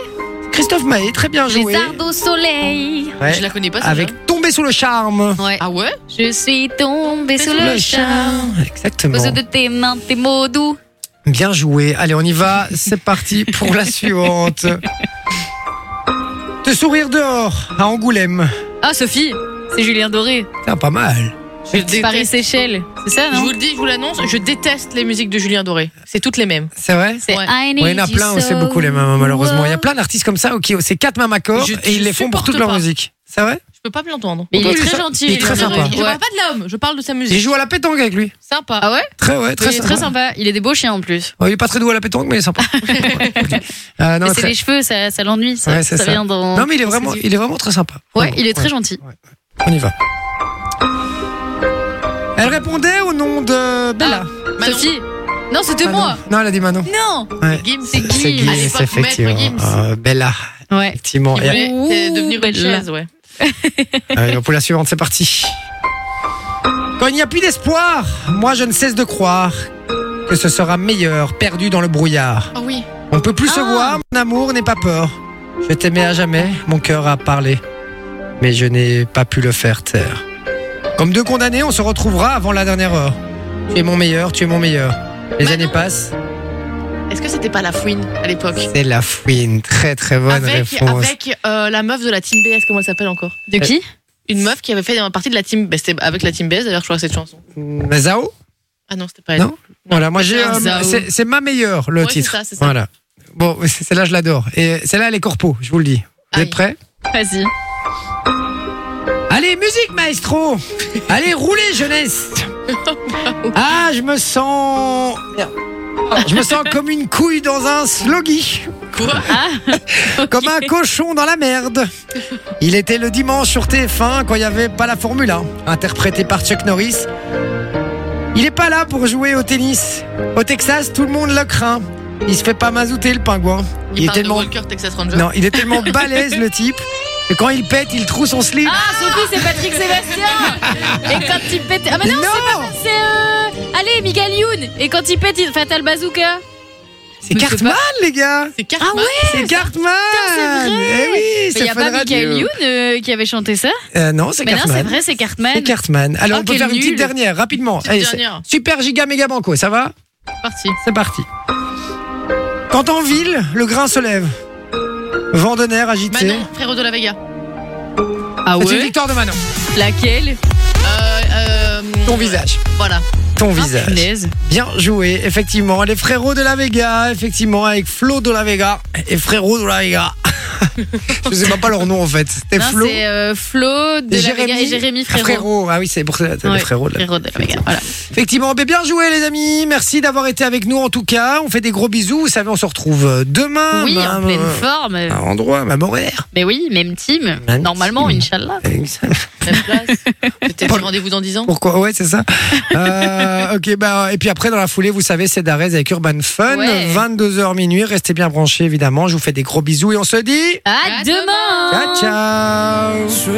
Speaker 2: Christophe Maé, très bien joué.
Speaker 3: Lézarde au soleil.
Speaker 2: Ouais.
Speaker 1: Je la connais pas. celle-là.
Speaker 2: Avec Tomber sous le charme.
Speaker 3: Ouais.
Speaker 1: Ah ouais
Speaker 3: Je suis tombée sous le charme.
Speaker 2: Exactement.
Speaker 3: Aux yeux de tes mains, tes mots doux.
Speaker 2: Bien joué. Allez, on y va. C'est parti pour la suivante. Le sourire dehors à Angoulême.
Speaker 3: Ah, Sophie, c'est Julien Doré.
Speaker 2: Putain, pas mal.
Speaker 1: Je déteste-
Speaker 3: Paris-Seychelles. C'est ça,
Speaker 1: Je vous
Speaker 3: non
Speaker 1: le dis, je vous l'annonce, je déteste les musiques de Julien Doré. C'est toutes les mêmes.
Speaker 2: C'est vrai
Speaker 3: C'est
Speaker 1: Ouais.
Speaker 3: I need
Speaker 2: Ouais, il y en a
Speaker 3: you
Speaker 2: plein,
Speaker 3: so
Speaker 2: c'est beaucoup les mêmes, malheureusement. Il y a
Speaker 3: well.
Speaker 2: plein d'artistes comme ça, ok, c'est quatre mêmes accords
Speaker 1: Je-
Speaker 2: et ils
Speaker 1: je
Speaker 2: les font pour
Speaker 1: supporte
Speaker 2: toute leur
Speaker 1: pas.
Speaker 2: musique. C'est vrai
Speaker 1: Je peux pas me l'entendre.
Speaker 3: Mais il est
Speaker 2: Entendu
Speaker 3: très
Speaker 2: ça
Speaker 3: gentil.
Speaker 2: Il est
Speaker 3: Julien
Speaker 2: très
Speaker 3: Doré.
Speaker 2: sympa.
Speaker 1: Je
Speaker 3: Ouais.
Speaker 1: parle pas de l'homme, je parle de sa
Speaker 2: J'ai
Speaker 1: musique.
Speaker 2: joué à la pétanque avec lui.
Speaker 1: Sympa.
Speaker 3: Ah ouais
Speaker 2: Très, ouais,
Speaker 3: Il
Speaker 2: très
Speaker 3: est
Speaker 2: sympa.
Speaker 3: très sympa. Il est des beaux chiens en plus.
Speaker 2: Ouais, il est pas très doué à la pétanque, mais il est sympa. Euh, non,
Speaker 3: Mais
Speaker 2: mais
Speaker 3: c'est
Speaker 2: très-
Speaker 3: les cheveux, ça, ça l'ennuie. Ça,
Speaker 2: Ouais, c'est ça.
Speaker 3: vient dans.
Speaker 2: non, mais il est
Speaker 3: dans ses
Speaker 2: vraiment,
Speaker 3: yeux.
Speaker 2: il est vraiment très sympa.
Speaker 3: Ouais, il est très gentil.
Speaker 2: On y va. Elle répondait au nom de Bella.
Speaker 1: Manon.
Speaker 3: Sophie Non, c'était
Speaker 2: Manon.
Speaker 3: Ah, moi
Speaker 2: Non, elle a dit Manon.
Speaker 3: Non
Speaker 2: Ouais.
Speaker 1: Gims,
Speaker 3: C'est Guy.
Speaker 2: C'est
Speaker 1: À
Speaker 2: Guy,
Speaker 1: l'époque,
Speaker 2: c'est effectivement.
Speaker 1: maître Gims.
Speaker 2: Euh, Bella,
Speaker 3: Ouais.
Speaker 2: effectivement.
Speaker 1: Il voulait
Speaker 2: Et-
Speaker 1: euh,
Speaker 3: Ouh,
Speaker 1: devenir une
Speaker 3: belle
Speaker 1: chaise, ouais.
Speaker 2: Allez, on pour la suivante, c'est parti. Quand il n'y a plus d'espoir, moi je ne cesse de croire que ce sera meilleur, perdu dans le brouillard.
Speaker 1: Ah oui.
Speaker 2: On peut plus se
Speaker 3: Ah.
Speaker 2: voir, mon amour, n'aie pas peur. Je t'aimais à jamais, mon cœur a parlé, mais je n'ai pas pu le faire taire. Comme deux condamnés, on se retrouvera avant la dernière heure. Tu es mon meilleur, tu es mon meilleur. Les
Speaker 1: Bah
Speaker 2: années
Speaker 1: non.
Speaker 2: passent,
Speaker 1: Est-ce que c'était pas la fouine à l'époque
Speaker 2: c'est la fouine. Très très bonne
Speaker 1: Avec,
Speaker 2: réponse.
Speaker 1: avec euh, la meuf de la team BS, comment elle s'appelle encore
Speaker 3: De qui
Speaker 1: Une meuf qui avait fait partie de la team. bah, c'était avec la team BS d'ailleurs, je crois, cette chanson.
Speaker 2: Mais Zao
Speaker 1: Ah non, c'était pas elle.
Speaker 2: Non. Voilà, moi j'ai. euh,
Speaker 1: Zao.
Speaker 2: c'est- c'est ma meilleure, le
Speaker 1: Ouais, c'est
Speaker 2: titre.
Speaker 1: ça, c'est ça.
Speaker 2: Voilà. Bon, c'est- celle-là, je l'adore. Et celle-là, elle est corpo, je vous le dis. Vous
Speaker 1: Aïe.
Speaker 2: êtes prêts
Speaker 3: Euh, Vas-y.
Speaker 2: Allez, musique, maestro Allez, roulez, jeunesse Ah, je me sens. Merde. Je me sens comme une couille dans un sloggy,
Speaker 1: Quoi
Speaker 3: Ah
Speaker 2: comme un cochon dans la merde. Il était le dimanche sur TF1 quand il n'y avait pas la Formule 1, interprété par Chuck Norris. Il n'est pas là pour jouer au tennis. Au Texas, tout le monde le craint. Il se fait pas mazouter le pingouin.
Speaker 1: Il, parle
Speaker 2: tellement-
Speaker 1: de Walker Texas Ranger.
Speaker 2: Non, il est tellement balèze le type que quand il pète, il troue son slip.
Speaker 3: Ah, Sophie, c'est Patrick Sébastien Et quand il pète. Ah, mais non, c'est euh... Allez, Miguel Youn Et quand il pète, il... Fatal Bazooka
Speaker 2: Ah, c'est
Speaker 1: mais c'est
Speaker 2: Cartman les gars.
Speaker 1: C'est Cartman.
Speaker 3: Ah ouais
Speaker 2: C'est Cartman.
Speaker 3: c'est vrai.
Speaker 2: Eh oui,
Speaker 3: Mais
Speaker 2: c'est
Speaker 3: y a pas
Speaker 2: Fun Radio.
Speaker 3: Miguel Youn euh, qui avait chanté ça
Speaker 2: Euh, non, c'est
Speaker 3: Mais non, c'est
Speaker 2: Cartman.
Speaker 3: vrai, c'est Cartman.
Speaker 2: C'est Cartman. Alors
Speaker 3: Oh,
Speaker 2: on peut
Speaker 3: quel
Speaker 2: faire une petite
Speaker 3: nul.
Speaker 2: dernière rapidement.
Speaker 1: Petite
Speaker 2: Allez, c'est-
Speaker 1: dernière.
Speaker 2: super giga méga banco, ça va
Speaker 1: C'est parti.
Speaker 2: C'est parti. Quand en ville, le grain se lève. Vent de nerf agité.
Speaker 1: Manon, frérot de la Vega.
Speaker 3: Ah
Speaker 2: C'est une victoire de Manon.
Speaker 3: Laquelle
Speaker 1: Euh, euh,
Speaker 2: Ton visage.
Speaker 1: Voilà.
Speaker 2: Ton
Speaker 3: Ah,
Speaker 2: visage.
Speaker 3: punaise.
Speaker 2: Bien joué, effectivement. Les frérots de la Vega, effectivement, avec Flo de la Vega et frérots de la Vega. Je sais même pas leur nom en fait. C'était
Speaker 3: Non,
Speaker 2: Flo
Speaker 3: c'est euh, Flo de
Speaker 2: et
Speaker 3: la Vega
Speaker 2: Jérémy.
Speaker 3: et Jérémy
Speaker 2: Ah,
Speaker 3: Frérot.
Speaker 2: Ah oui, c'est pour ça, c'est
Speaker 3: Ouais,
Speaker 2: les frérots de la
Speaker 3: Frérot de la Vega, voilà.
Speaker 2: Effectivement, mais bien joué les amis. Merci d'avoir été avec nous en tout cas. On fait des gros bisous. Vous savez, on se retrouve euh, demain.
Speaker 3: Oui, en
Speaker 2: même,
Speaker 3: pleine
Speaker 2: euh,
Speaker 3: forme.
Speaker 2: à endroit, même horaire.
Speaker 3: Mais oui, même team.
Speaker 2: Même
Speaker 3: Normalement,
Speaker 2: team.
Speaker 3: Inch'Allah.
Speaker 1: Même place. Peut-être rendez-vous dans 10 ans.
Speaker 2: Pourquoi Ouais, c'est ça. Euh, ok, bah, et puis après, dans la foulée, vous savez, c'est Darès avec Urban Fun.
Speaker 3: Ouais.
Speaker 2: 22h minuit. Restez bien branchés, évidemment. Je vous fais des gros bisous et on se dit.
Speaker 3: À, demain
Speaker 2: Ciao, ciao.